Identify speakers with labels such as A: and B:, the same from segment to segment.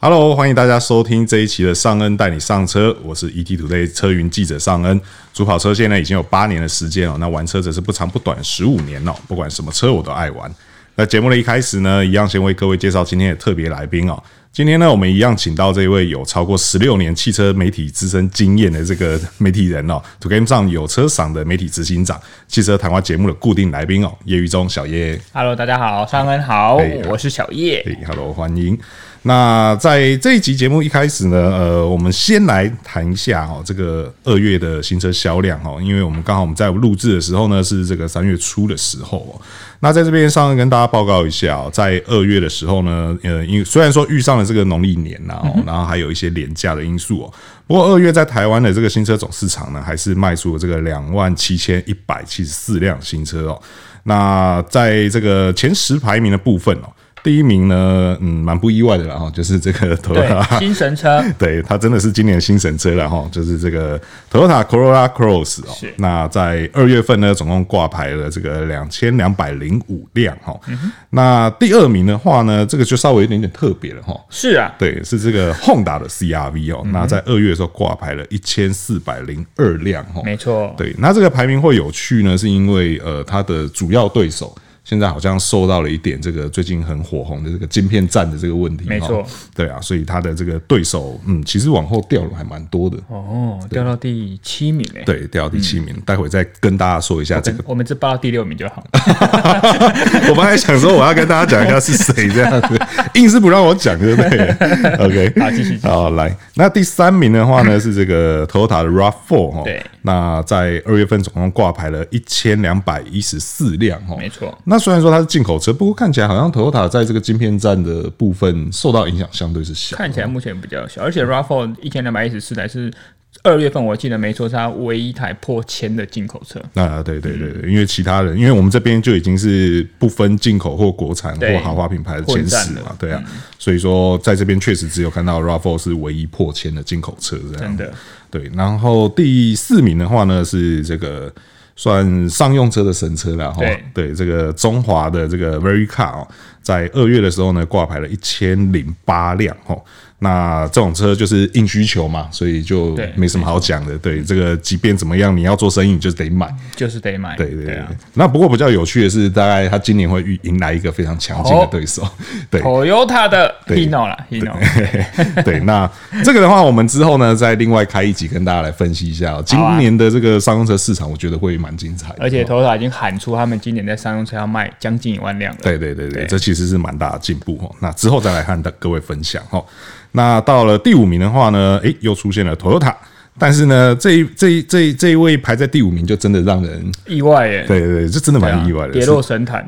A: Hello，欢迎大家收听这一期的尚恩带你上车，我是 ETtoday 车云记者尚恩。主跑车现在已经有八年的时间哦，那玩车则是不长不短十五年哦，不管什么车我都爱玩。那节目的一开始呢，一样先为各位介绍今天的特别来宾哦。今天呢，我们一样请到这一位有超过十六年汽车媒体资深经验的这个 媒体人哦 t o Game 上有车赏的媒体执行长，汽车谈话节目的固定来宾哦，叶玉忠小叶。
B: Hello，大家好，尚恩好，
A: 哎
B: 我是小叶。
A: 嘿，Hello，欢迎。那在这一集节目一开始呢，呃，我们先来谈一下哦，这个二月的新车销量哦，因为我们刚好我们在录制的时候呢是这个三月初的时候哦。那在这边上跟大家报告一下哦，在二月的时候呢，呃，因为虽然说遇上了这个农历年呐、哦，然后还有一些廉价的因素哦，不过二月在台湾的这个新车总市场呢，还是卖出了这个两万七千一百七十四辆新车哦。那在这个前十排名的部分哦，第一名呢，嗯，蛮不意外的啦哈，就是这个 Toyota，
B: 对，新神车，
A: 对它真的是今年新神车了哈，就是这个 Toyota Corolla Cross 哦
B: 是。
A: 那在二月份呢，总共挂牌了这个两千两百零五辆哈。那第二名的话呢，这个就稍微有点点特别了哈。
B: 是啊，
A: 对，是这个 Honda 的 CRV
B: 嗯
A: 哦，那在二月的时候挂牌了一千四百零二辆哦，
B: 没错，
A: 对，那这个排名会有趣呢，是因为呃，它的主要对手现在好像受到了一点这个最近很火红的这个晶片战的这个问题，
B: 没错
A: 哦，对啊，所以它的这个对手，嗯，其实往后掉了还蛮多的，
B: 哦，掉到第七名诶。
A: 对，掉到第七名，待会再跟大家说一下这个。
B: 我们只报到第六名就好。
A: 我本来想说我要跟大家讲一下是谁这样 子，硬是不让我讲，对不对？OK，
B: 好继续继续
A: 好来，那第三名的话 呢是这个 Toyota 的 Rav4 哈，
B: 对，
A: 那在二月份总共挂牌了一千两百一十四辆哈，
B: 没错
A: 那虽然说它是进口车，不过看起来好像 Toyota 在这个晶片站的部分受到影响相对是小。
B: 看起来目前比较小，而且 RAV4 一千两百一十四台是二月份，我记得没错，是它唯一一台破千的进口车。
A: 啊，对对
B: 嗯
A: 对对，因为其他人，因为我们这边就已经是不分进口或国产
B: 对
A: 或豪华品牌的前十
B: 混战
A: 嘛
B: 了，嗯
A: 对啊，所以说在这边确实只有看到 RAV4 是唯一破千的进口车这样
B: 真。的，
A: 对，然后第四名的话呢是这个算商用车的神车啦，哈
B: 对，
A: 对，这个中华的这个 Very Car 哦，在二月的时候呢挂牌了一千零八辆哦。那这种车就是硬需求嘛，所以就
B: 对
A: 没什么好讲的。对，这个即便怎么样，你要做生意你就得买。
B: 就是得买。
A: 对对对。
B: 对啊
A: 那不过比较有趣的是，大概他今年会遇迎来一个非常强劲的对
B: 哦
A: 手。 对
B: ，Toyota 的
A: 对
B: Hino 啦，Hino
A: 对，那这个的话，我们之后呢再另外开一集跟大家来分析一下、哦、今
B: 好啊
A: 年的这个商用车市场，我觉得会蛮精彩的。哦
B: 而且 Toyota 已经喊出他们今年在商用车要卖将近一万辆了。
A: 对对对对，这其实是蛮大的进步哦。那之后再来和各位分享哦。那到了第五名的话呢，诶，又出现了 Toyota，但是呢，这一这一这一这一位排在第五名，就真的让人
B: 意外耶，啊
A: 对对对，这真的蛮意外的，
B: 跌
A: 是
B: 落神坛，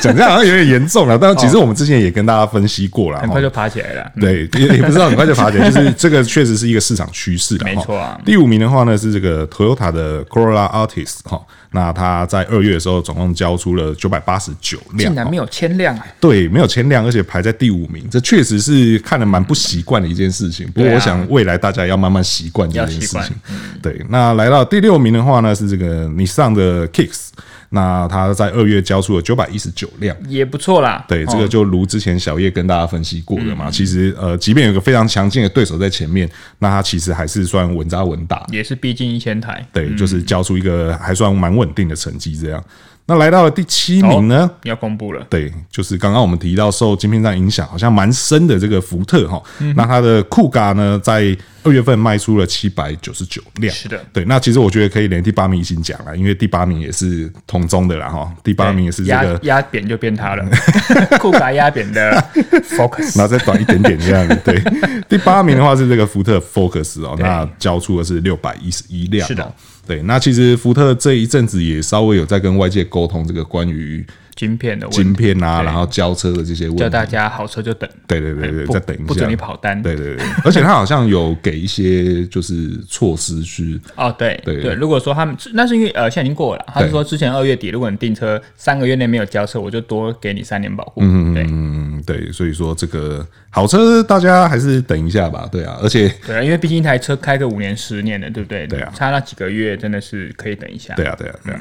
A: 讲这样好像有点严重了，但是其实我们之前也跟大家分析过了，
B: 哦很
A: 哈
B: 快就爬起来了。
A: 对，也也不知道很快就发觉， 就是这个确实是一个市场趋势的。
B: 没
A: 哈
B: 错啊
A: 第五名的话呢是这个 Toyota 的 Corolla Altis 哈，那它在二月的时候总共交出了九百八十九辆
B: 竟，然
A: 哈
B: 没有千辆啊！
A: 对，没有前两，而且排在第五名，这确实是看了蛮不习惯的一件事情。不过
B: 对啊
A: 我想未来大家要慢慢习惯这
B: 要
A: 件
B: 习
A: 事
B: 惯嗯
A: 情。对，那来到第六名的话呢是这个 Nissan 的 Kicks，那它在二月交出了九百一十九辆。
B: 也不错啦。
A: 对，这
B: 哦
A: 个就如之前小叶跟大家分析过的嘛，
B: 嗯
A: 其实呃，即便有个非常强劲的对手在前面，那他其实还是算稳扎稳打，
B: 也是逼近一千台。
A: 对，
B: 嗯
A: 就是交出一个还算蛮稳定的成绩这样。那来到了第七名呢？
B: 要公布了，
A: 对，就是刚刚我们提到受晶片战影响好像蛮深的这个福特哈，
B: 嗯
A: 那它的酷咖呢，在二月份卖出了七百九十九辆，
B: 是的
A: 对。那其实我觉得可以连第八名一起讲了，因为第八名也是同中的啦哈，第八名也是这
B: 压
A: 个
B: 压扁就 变他了，酷卡压扁的 Focus
A: 然后再短一点点这样子。 对，第八名的话是这个福特 Focus 哦，那交出的是六百一十一辆、哦。
B: 是的，
A: 对。那其实福特这一阵子也稍微有在跟外界沟通这个关于
B: 晶片的问
A: 晶
B: 题，
A: 片啊，
B: 对
A: 然后交车的这些问
B: 叫
A: 题。
B: 大家好车就等，
A: 对对对对，
B: 不
A: 再等一下，
B: 不准你跑单。
A: 对对对， 而且他好像有给一些就是措施去
B: 哦，对
A: 对
B: 对，如果说他们那是因为呃，现在已经过了啦，他是说之前二月底，如果你订车三个月内没有交车，我就多给你三年保护。对
A: 嗯，对，所以说这个好车大家还是等一下吧，对啊，而且
B: 对啊，因为毕竟一台车开个五年十年的，对不对？
A: 对啊
B: 差那几个月真的是可以等一下。嗯
A: 对啊，对啊，对啊。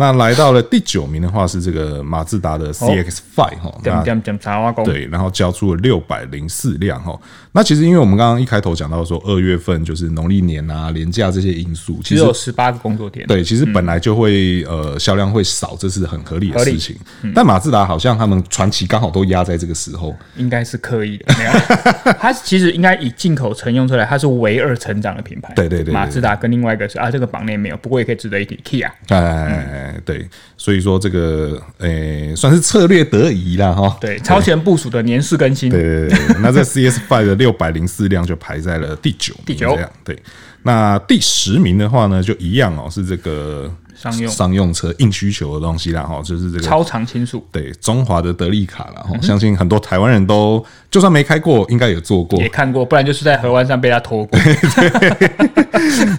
A: 那来到了第九名的话是这个马自达
B: 哦
A: 的 CX Five 哦哈，
B: 点
A: 那
B: 点点茶花工，
A: 对，然后交出了六百零四辆哈。那其实因为我们刚刚一开头讲到说，二月份就是农历年啊、年假这些因素，
B: 只
A: 其实
B: 有嗯十八个工作天。
A: 对，其实本来就会、呃销量会少，这是很合理的
B: 合理
A: 事情。
B: 嗯
A: 但马自达好像他们传奇刚好都压在这个时候，
B: 应该是刻意的，没有。它其实应该以进口乘用车来，它是唯二成长的品牌。
A: 对对对对
B: 马自达跟另外一个是啊，这个榜内没有，不过也可以值得一提，Kia。
A: 哎、
B: 嗯
A: 对，所以说这个诶、算是策略得宜啦哈。
B: 对，超前部署的年式更新，
A: 对对对对，那在 CS Five 的六百零四辆就排在了第九名，
B: 第九
A: 这样对。那第十名的话呢，就一样哦，是这个
B: 商用
A: 商用车硬需求的东西啦，哈，就是这个
B: 超嗯长倾诉
A: 对中华的德利卡啦，哈，相信很多台湾人都就算没开过，应该有坐过
B: 也。看过，不然就是在河湾上被他拖过，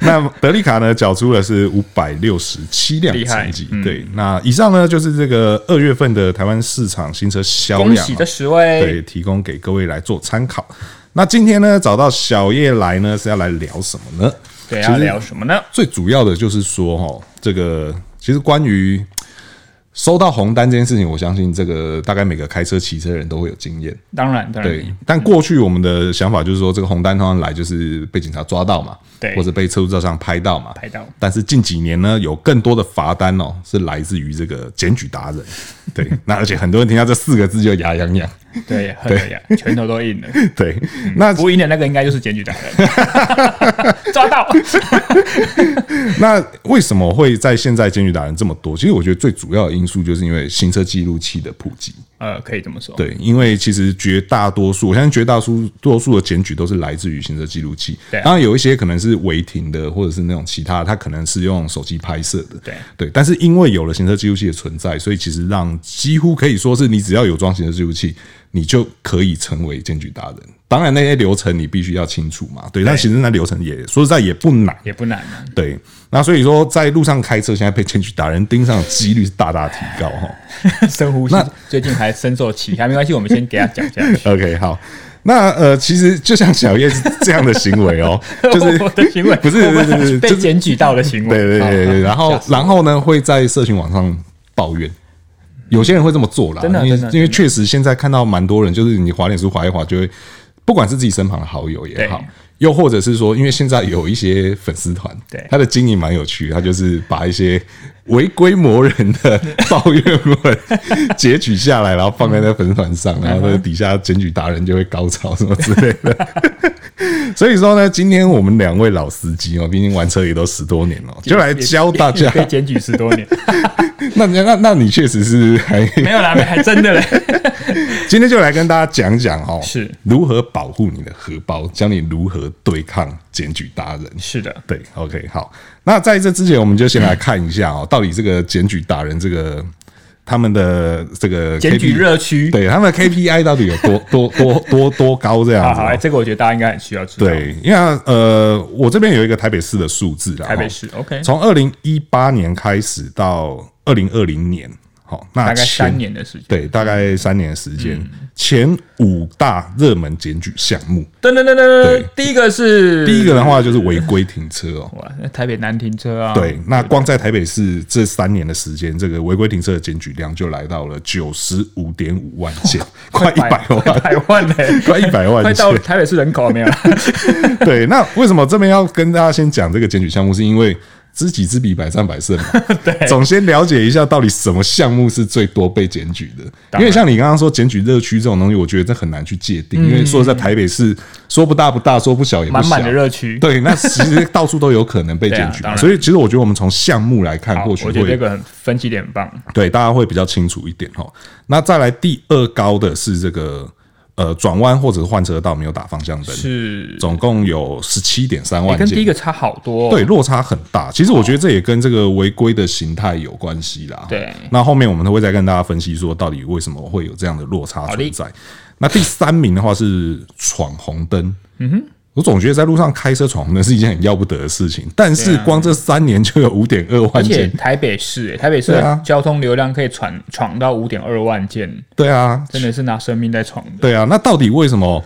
A: 那德利卡呢，缴出的是五百六十七辆
B: 厉害
A: 成
B: 嗯
A: 绩，对。那以上呢，就是这个二月份的台湾市场新车销
B: 恭
A: 量
B: 喜
A: 哦，
B: 这十位。
A: 对，提供给各位来做参考。那今天呢，找到小叶来呢，是要来聊什么呢？
B: 对，
A: 其
B: 要
A: 实
B: 聊什么呢？
A: 最主要的就是说，哈，这个其实关于收到红单这件事情，我相信这个大概每个开车、骑车的人都会有经验。
B: 当然，当
A: 对
B: 然，，
A: 但过去我们的想法就是说，这个红单通常来就是被警察抓到嘛，
B: 对
A: 或者被车主照上拍到嘛，
B: 拍到
A: 但是近几年呢，有更多的罚单哦，是来自于这个检举达人。对， 那而且很多人听到这四个字就牙痒痒。
B: 对，很对呀，拳头都硬了。
A: 对，那
B: 嗯不赢的那个应该就是检举达人， 抓到。
A: 那为什么会在现在监狱打人这么多？其实我觉得最主要的因素就是因为行车记录器的普及。
B: 呃，可以这么说。
A: 对，因为其实绝大多数，我相信绝大多数多数的检举都是来自于行车记录器。
B: 对啊
A: 当然有一些可能是违停的，或者是那种其他，它可能是用手机拍摄的。
B: 对
A: 对，但是因为有了行车记录器的存在，所以其实让几乎可以说是你只要有装行车记录器，你就可以成为检举达人。当然那些流程你必须要清楚嘛，对，但其实那流程也说实在也不难。
B: 也不难啊。
A: 对，那所以说在路上开车，现在被检举打人盯上的几率是大大提高哈。
B: 深呼吸，最近还深受其害，没关系，我们先给他讲一下。
A: OK，好。那呃，其实就像小叶是这样的行为 哦，就是
B: 我的行为
A: 不是
B: 我
A: 不是不是，
B: 被
A: 就是
B: 检举到的行为。
A: 对对对 对，
B: 好
A: 然
B: 好
A: 后然后呢会在社群网上抱怨，有些人会这么做啦，
B: 真的
A: 因
B: 真
A: 为
B: 的
A: 因为确实现在看到蛮多人，就是你滑脸书滑一滑，就会不管是自己身旁的好友也好
B: 对。
A: 又或者是说，因为现在有一些粉丝团，
B: 对
A: 他的经营蛮有趣，他就是把一些违规魔人的抱怨文 截取下来，然后放在那粉丝团
B: 嗯
A: 上，然后那个底下检举达人就会高潮什么之类的。所以说呢，今天我们两位老司机哦，毕竟玩车也都十多年了，就来教大家。
B: 被检举十多年，
A: 那那那那你确实是还
B: 没有啦，没还真 的嘞。
A: 今天就来跟大家讲讲哦，
B: 是
A: 如何保护你的荷包，教你如何对抗检举达人。
B: 是的，
A: 对，OK，好。那在这之前，我们就先来看一下哦，
B: 嗯
A: 到底这个检举达人这个他们的这个
B: 检举
A: KP
B: 热区。
A: 对他们的 KPI 到底有 多多多多多高这样
B: 好
A: 子
B: 好，
A: 哦、
B: 哎这个我觉得大家应该很需要知道。，
A: 对，因为呃，我这边有一个台北市的数字啦，
B: 台北
A: 哦
B: 市 OK，
A: 从二零一八年开始到二零二零年，好，那
B: 大概
A: 前
B: 三，年的时间。
A: 对，大概三年的时间，前五大热门检举项目，
B: 噔噔噔噔噔，第一个是
A: 第一个的话就是违规停车哦。
B: 哇，那台北难停车啊。
A: 对，那光在台北市这三年的时间，这个违规停车的检举量就来到了九十五点五万件，快一百
B: 快
A: 万，
B: 百万嘞，
A: 快一百万
B: 快
A: 件，
B: 到台北市人口了没有？
A: 对，那为什么这边要跟大家先讲这个检举项目？是因为知己知彼，百战百胜 嘛。对，总先了解一下到底什么项目是最多被检举的。因为像你刚刚说检举热区这种东西，我觉得这很难去界定，因为说在台北市说不大不大，说不小也不小，
B: 满嗯满的热区。
A: 对，那其实到处都有可能被检举
B: 对啊当
A: 嘛，
B: 然
A: 所以其实我觉得我们从项目来看，
B: 好，
A: 或许
B: 我
A: 会
B: 觉得这个很分析点很棒。
A: 对，大家会比较清楚一点哦。那再来第二高的是这个呃转弯或者是换车道没有打方向灯，
B: 是，
A: 总共有十七点三
B: 哎
A: 万
B: 跟
A: 件。
B: 第一个差好多哦。
A: 对，落差很大。其实我觉得这也跟这个违规的形态有关系啦。
B: 对
A: 那后面我们都会再跟大家分析说，到底为什么会有这样的落差存在。那第三名的话是闯红灯。嗯哼。我总觉得在路上开车闯红灯是一件很要不得的事情，但是光这三年就有五点二
B: 啊而
A: 万
B: 且
A: 件，
B: 台北市、欸，台北市
A: 对啊
B: 的交通流量可以闯闯到五点二万件，
A: 对啊，
B: 真的是拿生命在闯的。
A: 对啊。那到底为什么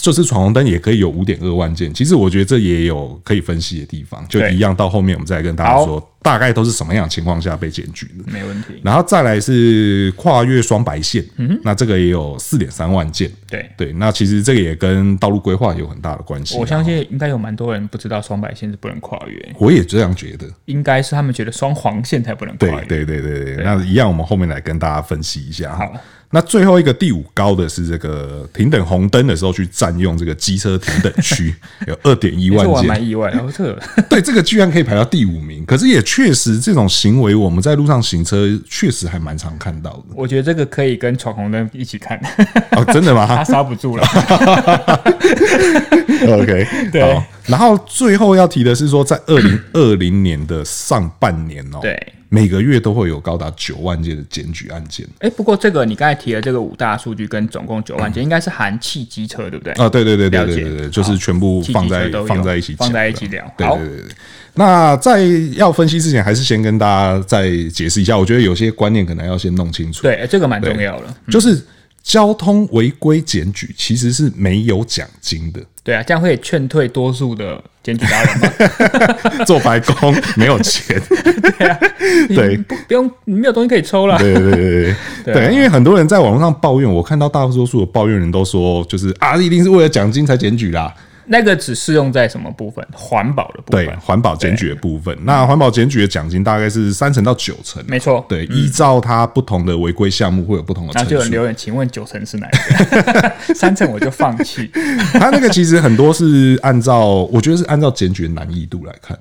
A: 就是闯红灯也可以有五点二万件，其实我觉得这也有可以分析的地方，就
B: 对
A: 一样到后面我们再来跟大家
B: 好
A: 说大概都是什么样的情况下被检举的。
B: 没问题。
A: 然后再来是跨越双白线，
B: 嗯
A: 那这个也有四点三万件，
B: 对，
A: 对，那其实这个也跟道路规划有很大的关系啊。
B: 我相信应该有蛮多人不知道双白线是不能跨越，
A: 我也这样觉得，
B: 应该是他们觉得双黄线才不能跨
A: 对
B: 越。
A: 对对对对，那一样我们后面来跟大家分析一下哈
B: 好。
A: 那最后一个第五高的是这个停等红灯的时候去占用这个机车停等 区，有二点一
B: 其
A: 万
B: 实我还
A: 件。
B: 蛮意外的，哦，这个
A: 对，这个居然可以排到第五名，可是也确实这种行为我们在路上行车确实还蛮常看到的
B: 我觉得这个可以跟闯红灯一 起看，
A: 哦，真 的
B: 他
A: 吗
B: 刹不 住了。
A: ？OK，
B: 对
A: 好。然后最后要提的是说，在二 零二零年的上半年哦，
B: 对，
A: 每个月都会有高达九万件的检举案件。
B: 哎、不过这个你刚才提的这个五大数据跟总共九万
A: 嗯
B: 件，应该是含汽机车，对不对？
A: 啊，对对对对
B: 了
A: 对
B: 解
A: 对对，就是全部
B: 汽
A: 放
B: 机车
A: 在
B: 都有
A: 放在一起
B: 放
A: 讲
B: 在一
A: 的
B: 起聊。
A: 对
B: 好
A: 对，对对。那在要分析之前，还是先跟大家再解释一下，我觉得有些观念可能要先弄清楚。，
B: 对，哎这个蛮重要的。
A: 就是交通违规检举其实是没有奖金的，
B: 对啊，这样会劝退多数的检举达 人嘛？
A: 做白工没有钱。对
B: 不不用，你没有东西可以抽 了。
A: 对对对对对
B: 对啊
A: 对，因为很多人在网络上抱怨，我看到大多数的抱怨人都说，就是啊，一定是为了奖金才检举啦。
B: 那个只适用在什么部分？环保的部
A: 对
B: 分。
A: 环保检举的部分，那环保检举的奖金大概是三成到九成，
B: 没错。
A: 对，依照它不同的违规项目会有不同的
B: 然后就有
A: 程
B: 人
A: 序。
B: 留言，请问九成是哪一个？ 三成我就放 弃。
A: 它那个其实很多是按照，我觉得是按照检举的难易度来看。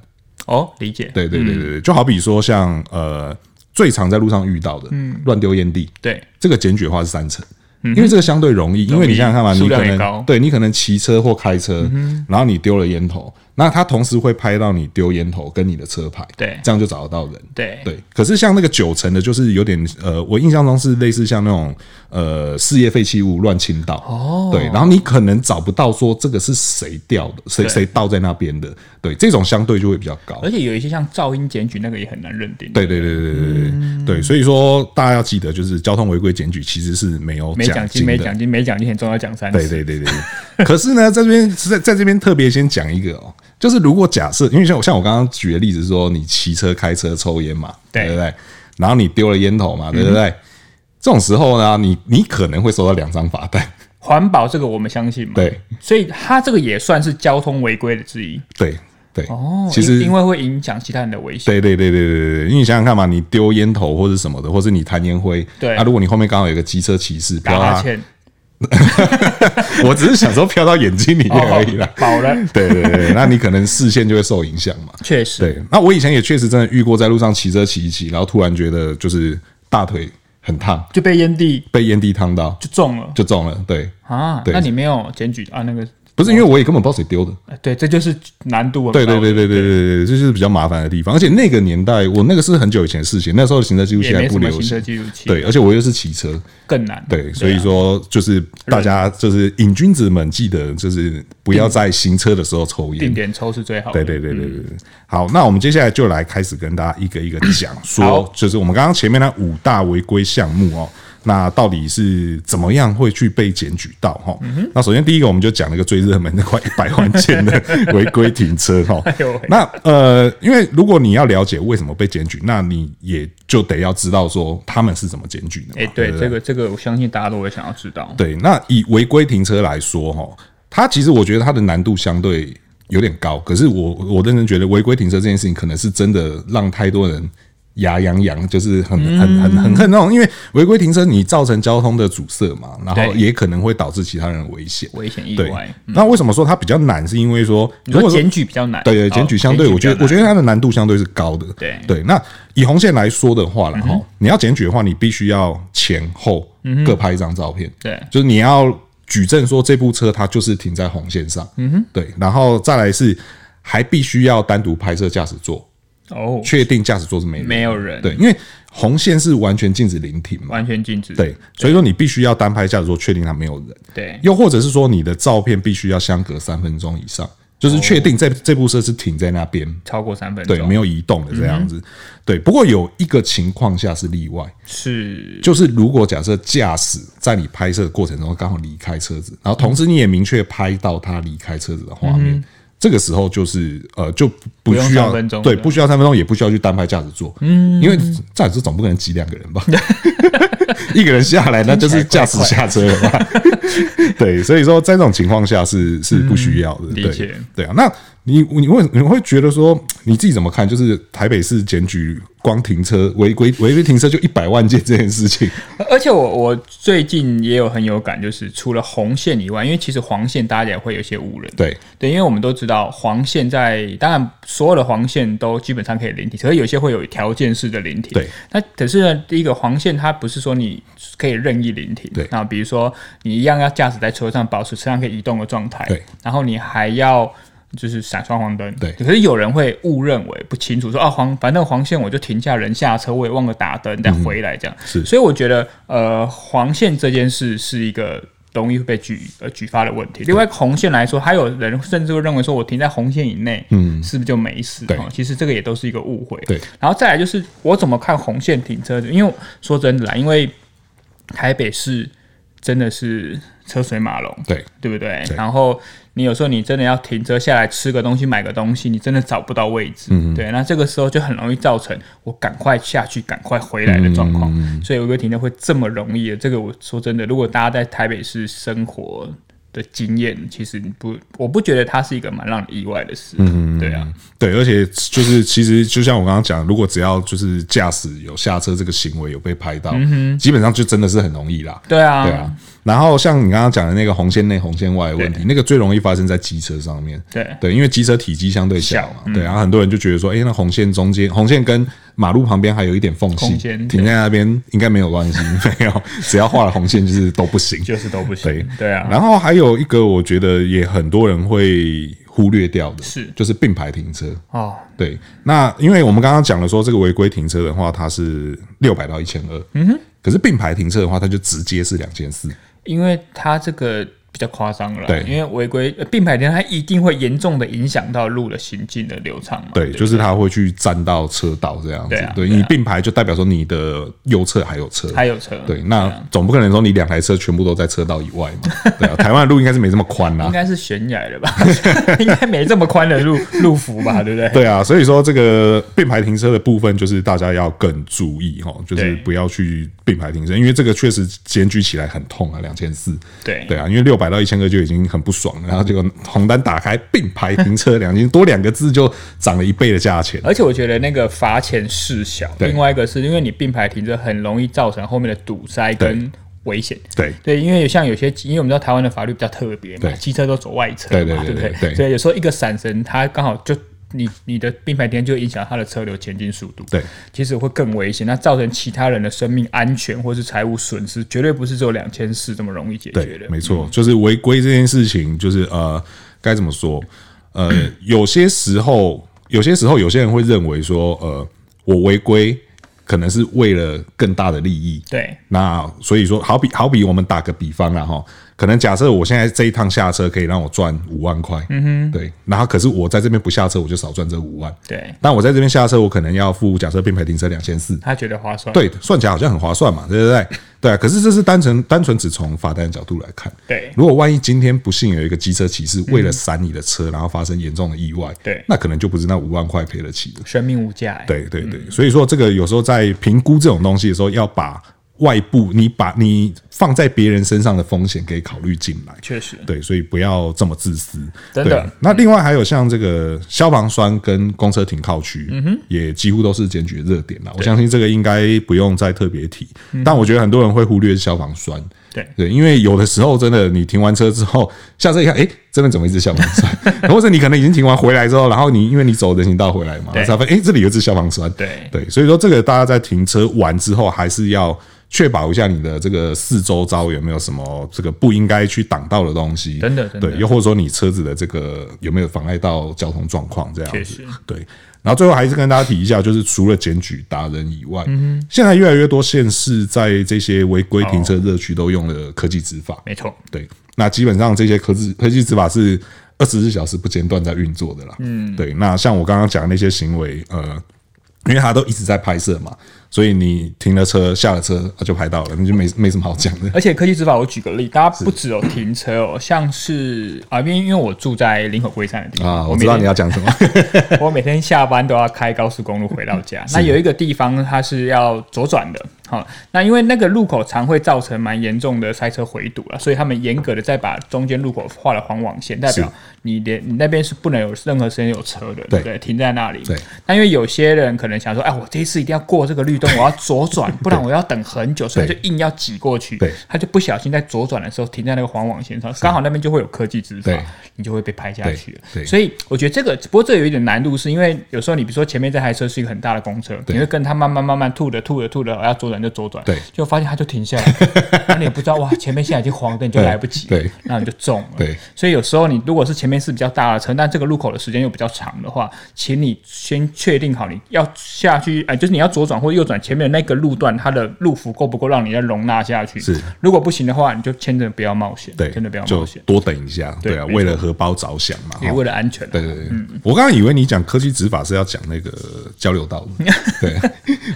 B: 哦，理解。
A: 对对对对对，就好比说像呃，最常在路上遇到的，乱丢烟蒂，
B: 对
A: 这个检举的话是三成。
B: 嗯
A: 因为这个相对容易，因为你想想看嘛，
B: 数
A: 你
B: 量
A: 可
B: 也
A: 能
B: 高嗯
A: 对你可能骑车或开车，然后你丢了烟头，那它同时会拍到你丢烟头跟你的车牌，
B: 对
A: 这样就找得到人。
B: 对
A: 对，可是像那个九成的，就是有点呃，我印象中是类似像那种呃事业废弃物乱倾倒哦，对，然后你可能找不到说这个是谁掉的，谁
B: 对
A: 谁倒在那边的，对，这种相对就会比较高
B: 而。且有一些像噪音检举那个也很难认定。
A: 对对对对对对、对，所以说大家要记得，就是交通违规检举其实是没有
B: 没奖金，
A: 的
B: 没奖金，没奖金很重要，讲三次。
A: 对对对对对。可是呢，在这边在在这边特别先讲一个哦，就是如果假设，因为像我像我刚刚举的例子是说，你骑车、开车、抽烟嘛，
B: 对
A: 不对？然后你丢了烟头嘛，对不对？这种时候呢，你你可能会收到两张罚单，
B: 环保这个我们相信嘛，，
A: 对
B: 所以它这个也算是交通违规的之一
A: 对对。
B: 哦
A: 其实
B: 因因为会影响其他人的危险，
A: 对对对对对对，因为你想想看嘛，你丢烟头或者什么的，或者你弹烟灰，
B: 对
A: 啊，如果你后面刚好有个机车骑士
B: 打
A: 飘
B: 哈
A: 啊，
B: 欠，
A: 我只是想说飘到眼睛里面而已啦
B: 哦。饱了，
A: 对对对对，那你可能视线就会受影响嘛。
B: 确实，
A: 对，那我以前也确实真的遇过，在路上骑车骑一骑，然后突然觉得就是大腿很烫，
B: 就被烟蒂
A: 被烟蒂烫到
B: 就中了
A: 就中了。对，
B: 啊。
A: 对
B: 那你没有检举啊？那个
A: 不是因为我也根本不知道谁丢的。
B: 呃对，这就是难度很高
A: 对对对对对对对，这就是比较麻烦的地方。而且那个年代，我那个是很久以前的事情，那时候的行车记录器
B: 也
A: 还
B: 没
A: 不
B: 什么
A: 流
B: 行车
A: 行。
B: 记录器，
A: 对，而且我又是骑车，
B: 更难，啊
A: 对，所以说就是大家就是瘾君子们，记得就是不要在行车的时候抽烟
B: 定。点抽是最好嗯的，
A: 对对对对对对，好，那我们接下来就来开始跟大家一个一个讲说
B: 好，
A: 就是我们刚刚前面那五大违规项目哦，那到底是怎么样会去被检举到哈、
B: 嗯
A: 那首先第一个，我们就讲了一个最热门的快一百万件的违规停车 哈、
B: 哎呦喂
A: 那呃，因为如果你要了解为什么被检举，那你也就得要知道说他们是怎么检举的嘛。
B: 哎，对
A: 不
B: 这个这个，我相信大家都会想要知道，
A: 对，那以违规停车来说，哈，它其实我觉得它的难度相对有点高。可是我我认真觉得违规停车这件事情，可能是真的让太多人牙痒痒，就是很很很很恨那种，因为违规停车你造成交通的阻塞嘛，然后
B: 对
A: 也可能会导致其他人的危险。
B: 危险意
A: 对
B: 外，，
A: 那为什么说它比较难？是因为说，
B: 你
A: 如
B: 说
A: 果说
B: 检举比较难，
A: 对对，
B: 哦
A: 检举相对，我觉
B: 比
A: 得
B: 较
A: 我觉
B: 难
A: 得它的难度相对是高的。
B: 对嗯
A: 对，那以红线来说的话了哈，你要检举的话，你必须要前后各拍一张照片。
B: 对
A: 就是你要举证说这部车它就是停在红线上。嗯哼，对，然后再来是还必须要单独拍摄驾驶座，
B: 哦，
A: 确定驾驶座是没人。
B: 没有人，
A: 对，因为红线是完全禁止临停嘛。
B: 完全禁止，
A: 对，所以说你必须要单拍驾驶座，确定它没有人。
B: 对
A: 又或者是说你的照片必须要相隔三分钟以上，就是确
B: 哦
A: 定这这部车是停在那边，
B: 超过三分钟，
A: 对，没有移动的这样
B: 嗯
A: 子。对，不过有一个情况下是例外，
B: 是
A: 就是如果假设驾驶在你拍摄的过程中刚好离开车子，然后同时你也明确拍到他离开车子的画面。这个时候就是呃，就不需
B: 嗯不用
A: 要
B: 三分钟
A: 对，
B: 对
A: 不需要三分钟，也不需要去单拍驾驶座，嗯，因为驾驶座总不可能挤两个人 吧，一个人下来那就是驾驶下车 了吧，对，所以说在这种情况下是是不需要的，
B: 嗯理
A: 对
B: 解
A: 对啊，那你你会你会觉得说你自己怎么看？就是台北市检举光停车违规违规停车就一百万件这件事情，
B: 而且我我最近也有很有感，就是除了红线以外，因为其实黄线大家也会有一些误人，
A: 对
B: 对，因为我们都知道黄线在，当然所有的黄线都基本上可以临停，可是有些会有条件式的临停。
A: 对，
B: 那可是呢，第一个黄线它不是说你可以任意临停，
A: 对
B: 那比如说你一样要驾驶在车上，保持车上可以移动的状态，
A: 对，
B: 然后你还要。就是闪双黄灯，
A: 对
B: 可是有人会误认为不清楚，说啊黄，反正黄线我就停下人下车，我也忘了打灯，再回来这样。
A: 嗯是
B: 所以我觉得呃，黄线这件事是一个容易被举呃举发的问题。另外，红线来说，还有人甚至会认为说我停在红线以内，嗯，是不是就没事？
A: 对
B: 哦其实这个也都是一个误会。
A: 对，
B: 然后再来就是我怎么看红线停车的？因为说真的啦，因为台北市真的是车水马龙，
A: 对
B: 对不对？
A: 对
B: 然后你有时候你真的要停车下来吃个东西、买个东西，你真的找不到位置，对，那这个时候就很容易造成我赶快下去、赶快回来的状况。所以违规停车会这么容易的，这个我说真的，如果大家在台北市生活。的经验其实你不，我不觉得它是一个蛮让你意外的事，嗯，对啊，
A: 对，而且就是其实就像我刚刚讲，如果只要就是驾驶有下车这个行为有被拍到，基本上就真的是很容易啦。
B: 嗯对啊，
A: 对啊，然后像你刚刚讲的那个红线内、红线外的问题，那个最容易发生在机车上面。
B: 对嗯
A: 对，因为机车体积相对小嘛，对，然后很多人就觉得说，哎，那红线中间，红线跟马路旁边还有一点缝隙，
B: 空间对
A: 停在那边应该没有 关系，没有，只要画了红线就是都不行。
B: 就是都不行，
A: 对
B: 对啊，
A: 然后还有一个，我觉得也很多人会忽略掉的，
B: 是
A: 就是并排停车。
B: 哦，
A: 对，那因为我们刚刚讲了说，这个违规停车的话，它是六百到一千二，嗯哼，可是并排停车的话，它就直接是两千四，
B: 因为它这个比较夸张了啦，
A: 对
B: 因为违规呃并排停，它一定会严重的影响到路的行进的流畅嘛，
A: 对，就是它会去占到车道这样子，
B: 对啊
A: 对
B: 对啊
A: 你并排就代表说你的右侧还有车，
B: 还有啊车，
A: 对，那总不可能说你两台车全部都在车道以外 嘛，对啊，台湾的路应该是没这么宽啊啦、
B: 应该是悬崖了吧， 应该没这么宽的路路幅 吧，对不对？
A: 对啊，所以说这个并排停车的部分，就是大家要更注意哈，就是
B: 对
A: 不要去并排停车，因为这个确实检举起来很痛啊，两千四。
B: 对
A: 对啊，因为六百到一千个就已经很不爽了，然后结果红单打开并排停车两千多两个字就涨了一倍的价钱。
B: 而且我觉得那个罚钱事小，
A: 对
B: 另外一个是因为你并排停车很容易造成后面的堵塞跟危险，
A: 对
B: 对，因为有像有些，因为我们知道台湾的法律比较特别嘛
A: 对，
B: 机车都走外侧
A: 对对
B: 嘛，
A: 对
B: 不
A: 对对
B: 所以有时候一个闪神，它刚好就你你的并排停就会影响它的车流前进速度，
A: 对，
B: 其实会更危险，那造成其他人的生命安全或是财务损失，绝对不是只有两千四这么容易解决
A: 对
B: 的，，
A: 没错，就是违规这件事情，就是呃，该怎么说？呃，有些时候，有些时候，有些人会认为说，呃，我违规可能是为了更大的利益，
B: 对
A: 那所以说，好比好比我们打个比方啦哈，可能假设我现在这一趟下车可以让我赚五万块，嗯哼，对，然后可是我在这边不下车，我就少赚这五万，
B: 对，
A: 但我在这边下车，我可能要付假设并排停车两千四，
B: 他觉得划算，
A: 对，算起来好像很划算嘛，对不对？对啊，可是这是单纯单纯只从罚单的角度来看，
B: 对嗯
A: 如果万一今天不幸有一个机车骑士为了闪你的车，然后发生严重的意外，
B: 对
A: 那可能就不是那五万块赔得起的。
B: 生命无价、欸，
A: 对对对，所以说这个有时候在评估这种东西的时候，要把外部你把你放在别人身上的风险给考虑进来。
B: 确实，
A: 对，所以不要这么自私。
B: 真
A: 对
B: 的
A: 那另外还有像这个消防栓跟公车停靠区，
B: 嗯
A: 也几乎都是检举的热点啦。我相信这个应该不用再特别提，
B: 嗯
A: 但我觉得很多人会忽略消防栓。
B: 对
A: 对，因为有的时候真的，你停完车之后，下车一看，诶，这边怎么一只消防栓？ 或者你可能已经停完回来之后，然后你因为你走人行道回来嘛，
B: 对
A: 才发现诶，这里有一只消防栓。
B: 对
A: 对，所以说这个大家在停车完之后，还是要确保一下你的这个四周遭有没有什么这个不应该去挡到的东西。
B: 真的真的
A: 对，又或者说你车子的这个有没有妨碍到交通状况这样
B: 确
A: 子
B: 实。
A: 对，然后最后还是跟大家提一下，就是除了检举达人以外，
B: 嗯
A: 现在越来越多县市在这些违规停车热区都用了科技执法。
B: 没错，
A: 对，那基本上这些科技科技执法是二十四小时不间断在运作的啦。嗯，对。那像我刚刚讲的那些行为，呃，因为它都一直在拍摄嘛，所以你停了车、下了车，啊它就拍到了，那就没没什么好讲的。
B: 而且科技执法，我举个例，大家不只有停车哦，像是啊，因为因为我住在林口龟山的地方
A: 啊，我
B: 每
A: 知道
B: 天
A: 你要讲什么。
B: 我每天下班都要开高速公路回到家。那有一个地方它是要左转的，好，那因为那个路口常会造成蛮严重的塞车回堵啊，所以他们严格的再把中间路口画了黄网线，代表
A: 是
B: 你连你那边是不能有任何时间有车的，
A: 对
B: 对不对？停在那里。
A: 对。
B: 那因为有些人可能想说，哎，我这一次一定要过这个绿灯，我要 左转，不然我要等很久，所以他
A: 对
B: 就硬要挤过去
A: 对，
B: 他就不小心在左转的时候停在那个黄网线上，刚好那边就会有科技执法
A: 对，
B: 你就会被拍下
A: 对
B: 去了。
A: 对
B: 所以我觉得这个，不过这有一点难度，是因为有时候你比如说前面这台车是一个很大的公车，你会跟它慢慢慢慢吐的吐的吐的，要左转就左转，
A: 对
B: 就发现它就停下来 了，然后你也不知道哇，前面现在已经黄灯，你就来不及，
A: 对对，
B: 然后你就中了，
A: 对。
B: 所以有时候你如果是前面是比较大的车，但这个路口的时间又比较长的话，请你先确定好你要下去，哎、就是你要左转或右转前面的那个路段，它的路幅够不够让你再容纳下去？
A: 是，
B: 如果不行的话，你就真的不要冒险，
A: 对，
B: 真的不要
A: 就
B: 冒险，
A: 多等一下，
B: 对
A: 对啊，
B: 没错
A: 为了荷包着想嘛。
B: 也
A: 哈
B: 为了安全、啊。
A: 对对对，我刚刚以为你讲科技执法是要讲那个交流道 的，对，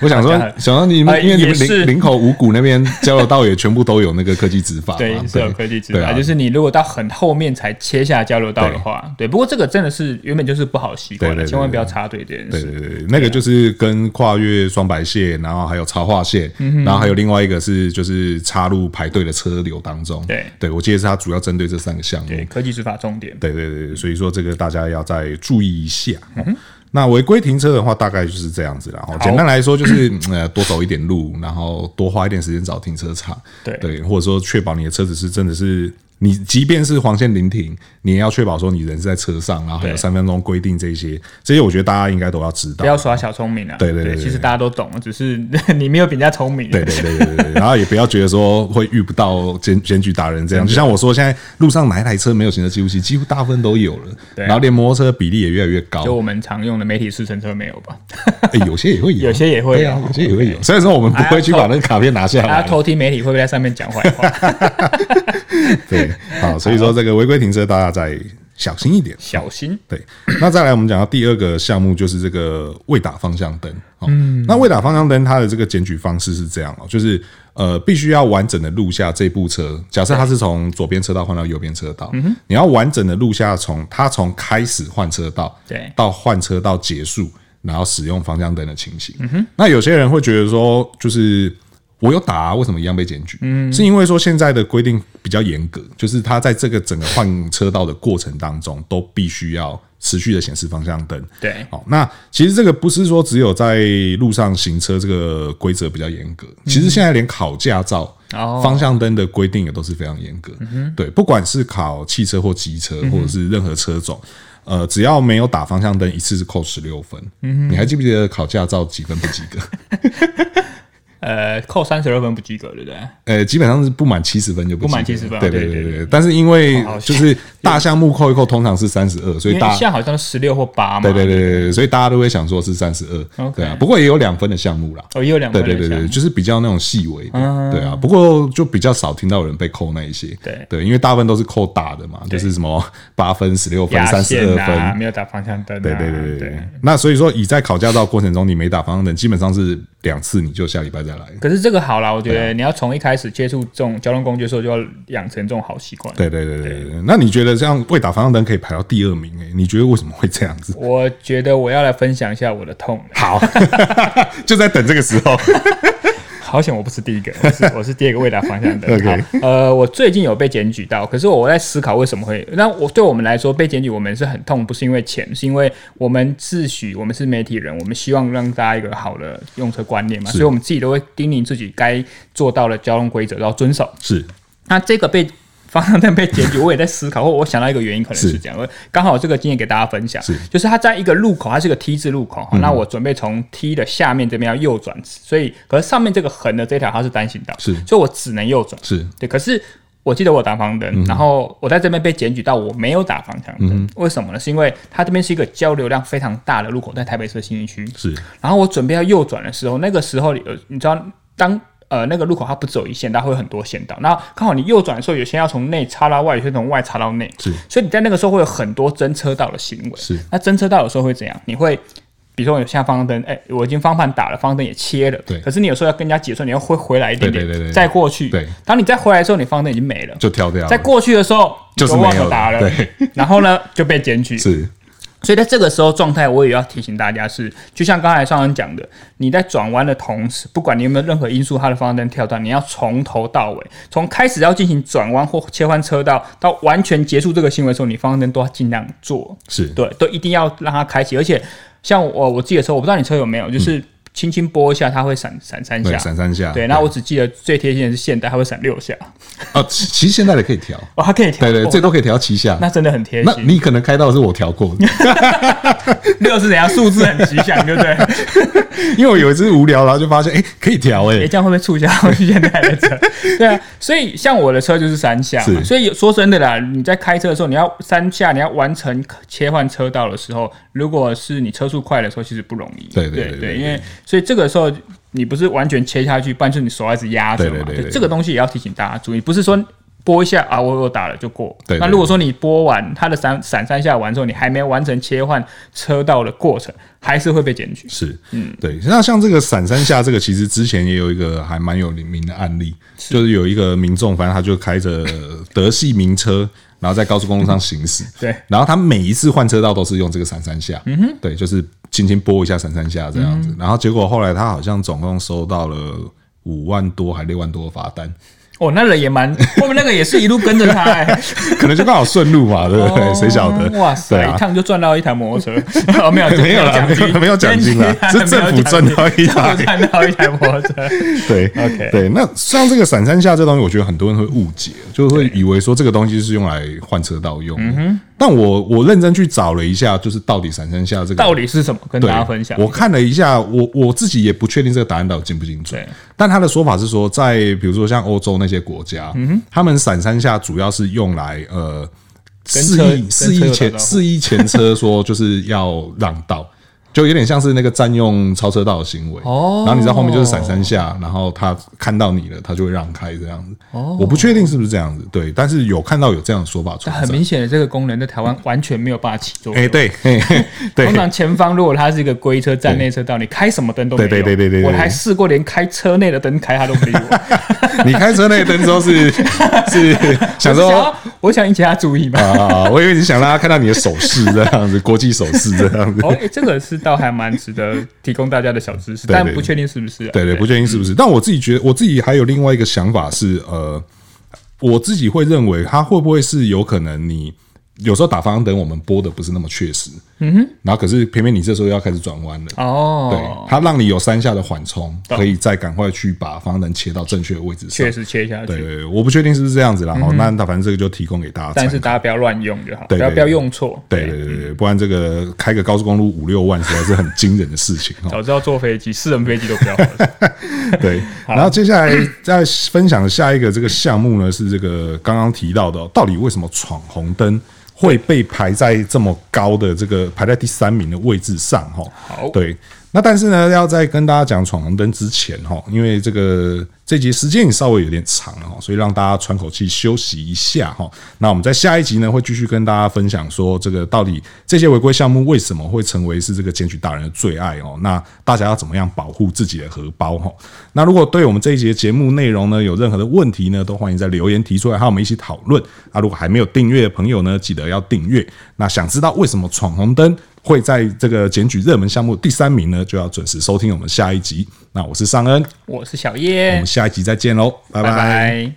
A: 我想说
B: 好像
A: 想说你们
B: 呃
A: 因为你
B: 也
A: 们
B: 是
A: 林林口五股那边交流道也全部都有那个科技执法嘛，
B: 对，是有科技执
A: 对
B: 法，
A: 啊
B: 就是你如果到很后面才切下交流道的话，对。不过这个真的是原本就是不好习惯
A: 对
B: 的，
A: 对对
B: 千万不要插队这件
A: 对
B: 事。
A: 对对，那个就是跟跨越双白线，然后还有插画线，
B: 嗯
A: 然后还有另外一个是就是插入排队的车流当中。
B: 对
A: 对，我记得是它主要针对这三个项目。
B: 对，科技执法重点。
A: 对对对对，所以说这个大家要再注意一下。哦
B: 嗯
A: 那违规停车的话，大概就是这样子啦。哦，简单来说就是呃，多走一点路，然后多花一点时间找停车场。
B: 对
A: 对，或者说确保你的车子是真的是。你即便是黄线临停，你也要确保说你人是在车上，然后还有
B: 对
A: 三分钟规定这些，这些我觉得大家应该都要知道
B: 不。要耍小聪明啊！
A: 对对对对
B: 其实大家都懂，只是 你没有比人家聪明。
A: 对对对对对，对然后也不要觉得说会遇不到检检举达人这样，就像我说，现在路上哪一台车没有行车记录器，几乎大部分都有了，
B: 对啊
A: 然后连摩托车的比例也越来越高，
B: 就我们常用的媒体试乘车没有吧？
A: 哎有些也会有，
B: 有些也会
A: 对啊，
B: 有哎
A: 有些也会有。虽然说我们不会去把那个卡片拿下
B: 大家
A: 来，
B: 偷听媒体会不会在上面讲坏 话？
A: 对， 好，所以说这个违规停车大家再小心一点。
B: 小心！
A: 对，那再来我们讲到第二个项目，就是这个未打方向灯。哦、嗯，那未打方向灯它的这个检举方式是这样哦，就是呃，必须要完整的录下这部车。假设它是从左边车道换到右边车道，
B: 嗯
A: 你要完整的录下从它从开始换车道，
B: 对
A: 到换车道结束，然后使用方向灯的情形。那有些人会觉得说，就是。我有打、啊，为什么一样被检举？嗯，是因为说现在的规定比较严格，就是他在这个整个换车道的过程当中，都必须要持续的显示方向灯。
B: 对
A: 好，那其实这个不是说只有在路上行车这个规则比较严格，其实现在连考驾照。
B: 哦嗯
A: 方向灯的规定也都是非常严格，对，不管是考汽车或机车，或者是任何车种，呃，只要没有打方向灯，一次是扣十六分。
B: 嗯
A: 你还记不记得考驾照几分不及格？
B: 呃，扣三十二分不及格，对不对？
A: 呃，基本上是不满七十分就不及格
B: 不满70分啊
A: 对
B: 对
A: 对
B: 对哦
A: 对对。但是因为
B: 好好
A: 就是大项目扣一扣，通常是三十二，所
B: 因
A: 以
B: 为
A: 大
B: 现在好像十六或八嘛。
A: 对对对对对，所以大家都会想说是三十二，
B: OK
A: 对啊。不过也有两分的项目啦，
B: 哦，也有两
A: 对
B: 分
A: 对对
B: 的
A: 对，
B: 项
A: 就是比较那种细微的，对啊。不过就比较少听到有人被扣那一些，
B: 嗯对
A: 对，因为大部分都是扣大的嘛，就是什么 八分、十六分、
B: 压
A: 三十
B: 线
A: 二
B: 啊，
A: 分。
B: 没有打方向灯啊。
A: 对对对
B: 对
A: 对对，那所以说，以在考驾照过程中，你没打方向灯，基本上是两次，你就下礼拜再来。
B: 可是这个好啦，我觉
A: 啊
B: 得你要从一开始接触这种交通工具的时候，就要养成这种好习惯。
A: 对对对对对，那你觉得这样未打方向灯可以排到第二名、欸？你觉得为什么会这样子？
B: 我觉得我要来分享一下我的痛，
A: 好， 就在等这个时 候。
B: 好险我不是第一个，我是我是第二个未打方向灯。
A: OK
B: 好呃，我最近有被检举到，可是我在思考为什么会，那我对我们来说被检举，我们是很痛，不是因为钱，是因为我们自诩我们是媒体人，我们希望让大家一个好的用车观念嘛，所以我们自己都会叮咛自己该做到的交通规则都要遵守。
A: 是
B: 那这个被方向灯被检举，我也在思考，或我想到一个原因，可能是
A: 是
B: 这样。我刚好有这个经验给大家分享
A: 是，嗯
B: 就是它在一个路口，它是个 T 字路口，那我准备从 T 的下面这边要右转，所以可是上面这个横的这条它是单行道，
A: 是
B: 所以我只能右转。
A: 是，
B: 对，可是我记得我有打方向
A: 嗯
B: 灯，然后我在这边被检举到我没有打方向灯，为什么呢？是因为它这边是一个交流量非常大的路口，在台北市的信义区，
A: 是
B: 然后我准备要右转的时候，那个时候有你知道，当呃那个路口它不只有一线道，它会有很多线道。然后刚好你右转的时候，有些要从内插到外，有些从外插到内，
A: 是
B: 所以你在那个时候会有很多真车道的行为。
A: 是
B: 那真车道有时候会怎样？你会。比如说有下方向灯，哎、我已经方向打了，方向灯也切了。
A: 对
B: 可是你有时候要跟人家解说，你要回回来一点点，
A: 对对对对
B: 再过去。
A: 对。
B: 当你再回来的时候，你方向灯已经没了。
A: 就跳掉了，
B: 在过去的时候，
A: 就
B: 你
A: 是
B: 就忘
A: 没有
B: 了打
A: 了
B: 了。
A: 对。
B: 然后呢，就被检举。
A: 是
B: 所以在这个时候状态，我也要提醒大家是，就像刚才上人讲的，你在转弯的同时，不管你有没有任何因素，它的方向灯跳到，你要从头到尾，从开始要进行转弯或切换车道，到完全结束这个行为的时候，你方向灯都要尽量做，
A: 是，
B: 对，都一定要让它开启。而且像我我自己的车，我不知道你车有没有，就是轻轻拨一下，它会闪闪三
A: 对，
B: 下。
A: 闪三下，
B: 对，那我只记得最贴心的是现代，它会闪六下。
A: 啊，其其实现在的可以调，
B: 哦，它可以调。
A: 对对，
B: 哦
A: 最多可以调七下。
B: 那真的很贴
A: 那
B: 心。
A: 你可能开到的是我调 过的，
B: 六是怎样？数字很吉祥，对不对？
A: 因为我有一次无聊，然后就发现，哎，可以调，
B: 哎、
A: 哎，
B: 这样会不会促销现在的车？ 对啊，所以像我的车就是三下嘛
A: 是
B: 所以有说真的啦，你在开车的时候，你要三下，你要完成切换车道的时候，如果是你车速快的时候，其实不容易。
A: 对对
B: 对
A: 对对
B: 因为所以这个时候你不是完全切下去，不然就是你手还是压着嘛。
A: 对对对对
B: 这个东西也要提醒大家注意，不是说。拨一下啊，我我打了就过。
A: 对对
B: 那如果说你拨完它的闪闪三下完之后，你还没完成切换车道的过程，还是会被检举。
A: 是，嗯，对。那像这个闪三下，这个其实之前也有一个还蛮有名的案例，就是有一个民众，反正他就开着德系名车，然后在高速公路上行 驶，
B: 对
A: 然后他每一次换车道都是用这个闪三下，嗯哼，嗯对，就是轻轻拨一下闪三下这样子。然后结果后来他好像总共收到了五万多还六万多的罚单，
B: 哦，那人也 蛮，后面那个也是一路跟着他、哎。
A: 可能就刚好顺路 嘛，对不对？
B: 哦
A: 谁晓得？
B: 哇
A: 对
B: 塞，
A: 啊
B: 一趟就赚到一台摩托 车，哦，没有
A: 没有啦
B: 奖金，
A: 没有奖金 啦
B: 今天
A: 是政府赚到一台
B: 政府赚到一台摩 托车。
A: 对
B: OK
A: 对，那像这个闪三下这东西，我觉得很多人会误解，就会以为说这个东西是用来换车道用
B: 嗯
A: 的。但我我认真去找了一下，就是到底闪三下这个
B: 到底是什么？跟
A: 对
B: 大家分享。
A: 我看了一下，我我自己也不确定这个答案到底精不精准
B: 对。
A: 但他的说法是说，在比如说像欧洲那些国家，
B: 嗯
A: 他们闪三下主要是用来呃
B: 跟
A: 示
B: 车
A: 意
B: 跟
A: 示
B: 车
A: 意
B: 有打
A: 前
B: 招呼
A: 示意前车说就是要让道。就有点像是那个占用超车道的行为，
B: 哦
A: 然后你在后面就是闪三下，然后他看到你了，他就会让开这样子。
B: 哦
A: 我不确定是不是这样子，对，但是有看到有这样的说法存
B: 但很
A: 在。
B: 明显的，这个功能在台湾完全没有办法起作用。
A: 哎，对，嘿嘿对，
B: 通常前方如果它是一个龟车站内车道，你开什么灯都没有。
A: 对对对对对对
B: 我还试过连开车内的灯开它都 不理我。
A: 你开车那灯之后是是 想
B: 我是想
A: 说
B: 要，我想引起他注意嘛。
A: 啊，我以为你想让他看到你的手势这样子， 国际手势这样子
B: 哦，。哎，这个是倒还蛮值得提供大家的小知识，
A: 对对
B: 但不确定是不是啊。
A: 对对，不确定是不是。但我自己觉得，我自己还有另外一个想法是，呃，我自己会认为它会不会是有可能你有时候打方向灯，我们拨的不是那么确实，嗯哼，然后可是偏偏你这时候要开始转弯了。
B: 哦
A: 对，，它让你有三下的缓冲，可以再赶快去把方向灯切到正确的位置上
B: 确。实嗯切下
A: 对
B: 去。
A: 对，对我不确定是不是这样子啦。好，那那反正这个就提供给大家参考。
B: 但是大家不要乱用就好，
A: 对
B: 不要
A: 对
B: 不要用错。
A: 对对对对，不然这个开个高速公路五六万实在是很惊人的事情哦。
B: 早知道坐飞机，私人飞机都不要了。
A: 对，然后接下来再分享下一个这个项目呢，是这个刚刚提到的哦、到底为什么闯红灯会被排在这么高的这个排在第三名的位置上？哈，
B: 好
A: 对。那但是呢，要在跟大家讲闯红灯之前哈，因为这个这集时间也稍微有点长了哈，所以让大家喘口气休息一下哈。那我们在下一集呢，会继续跟大家分享说这个到底这些违规项目为什么会成为是这个检举大人的最爱哦？那大家要怎么样保护自己的荷包哈？那如果对我们这一节节目内容呢有任何的问题呢，都欢迎在留言提出来，和我们一起讨论。那如果还没有订阅的朋友呢，记得要订阅。那想知道为什么闯红灯会在这个检举热门项目第三名呢，就要准时收听我们下一集。那我是尚恩，
B: 我是小
A: 我
B: 叶
A: 们，下一集再见喽，拜
B: 拜
A: 拜
B: 拜。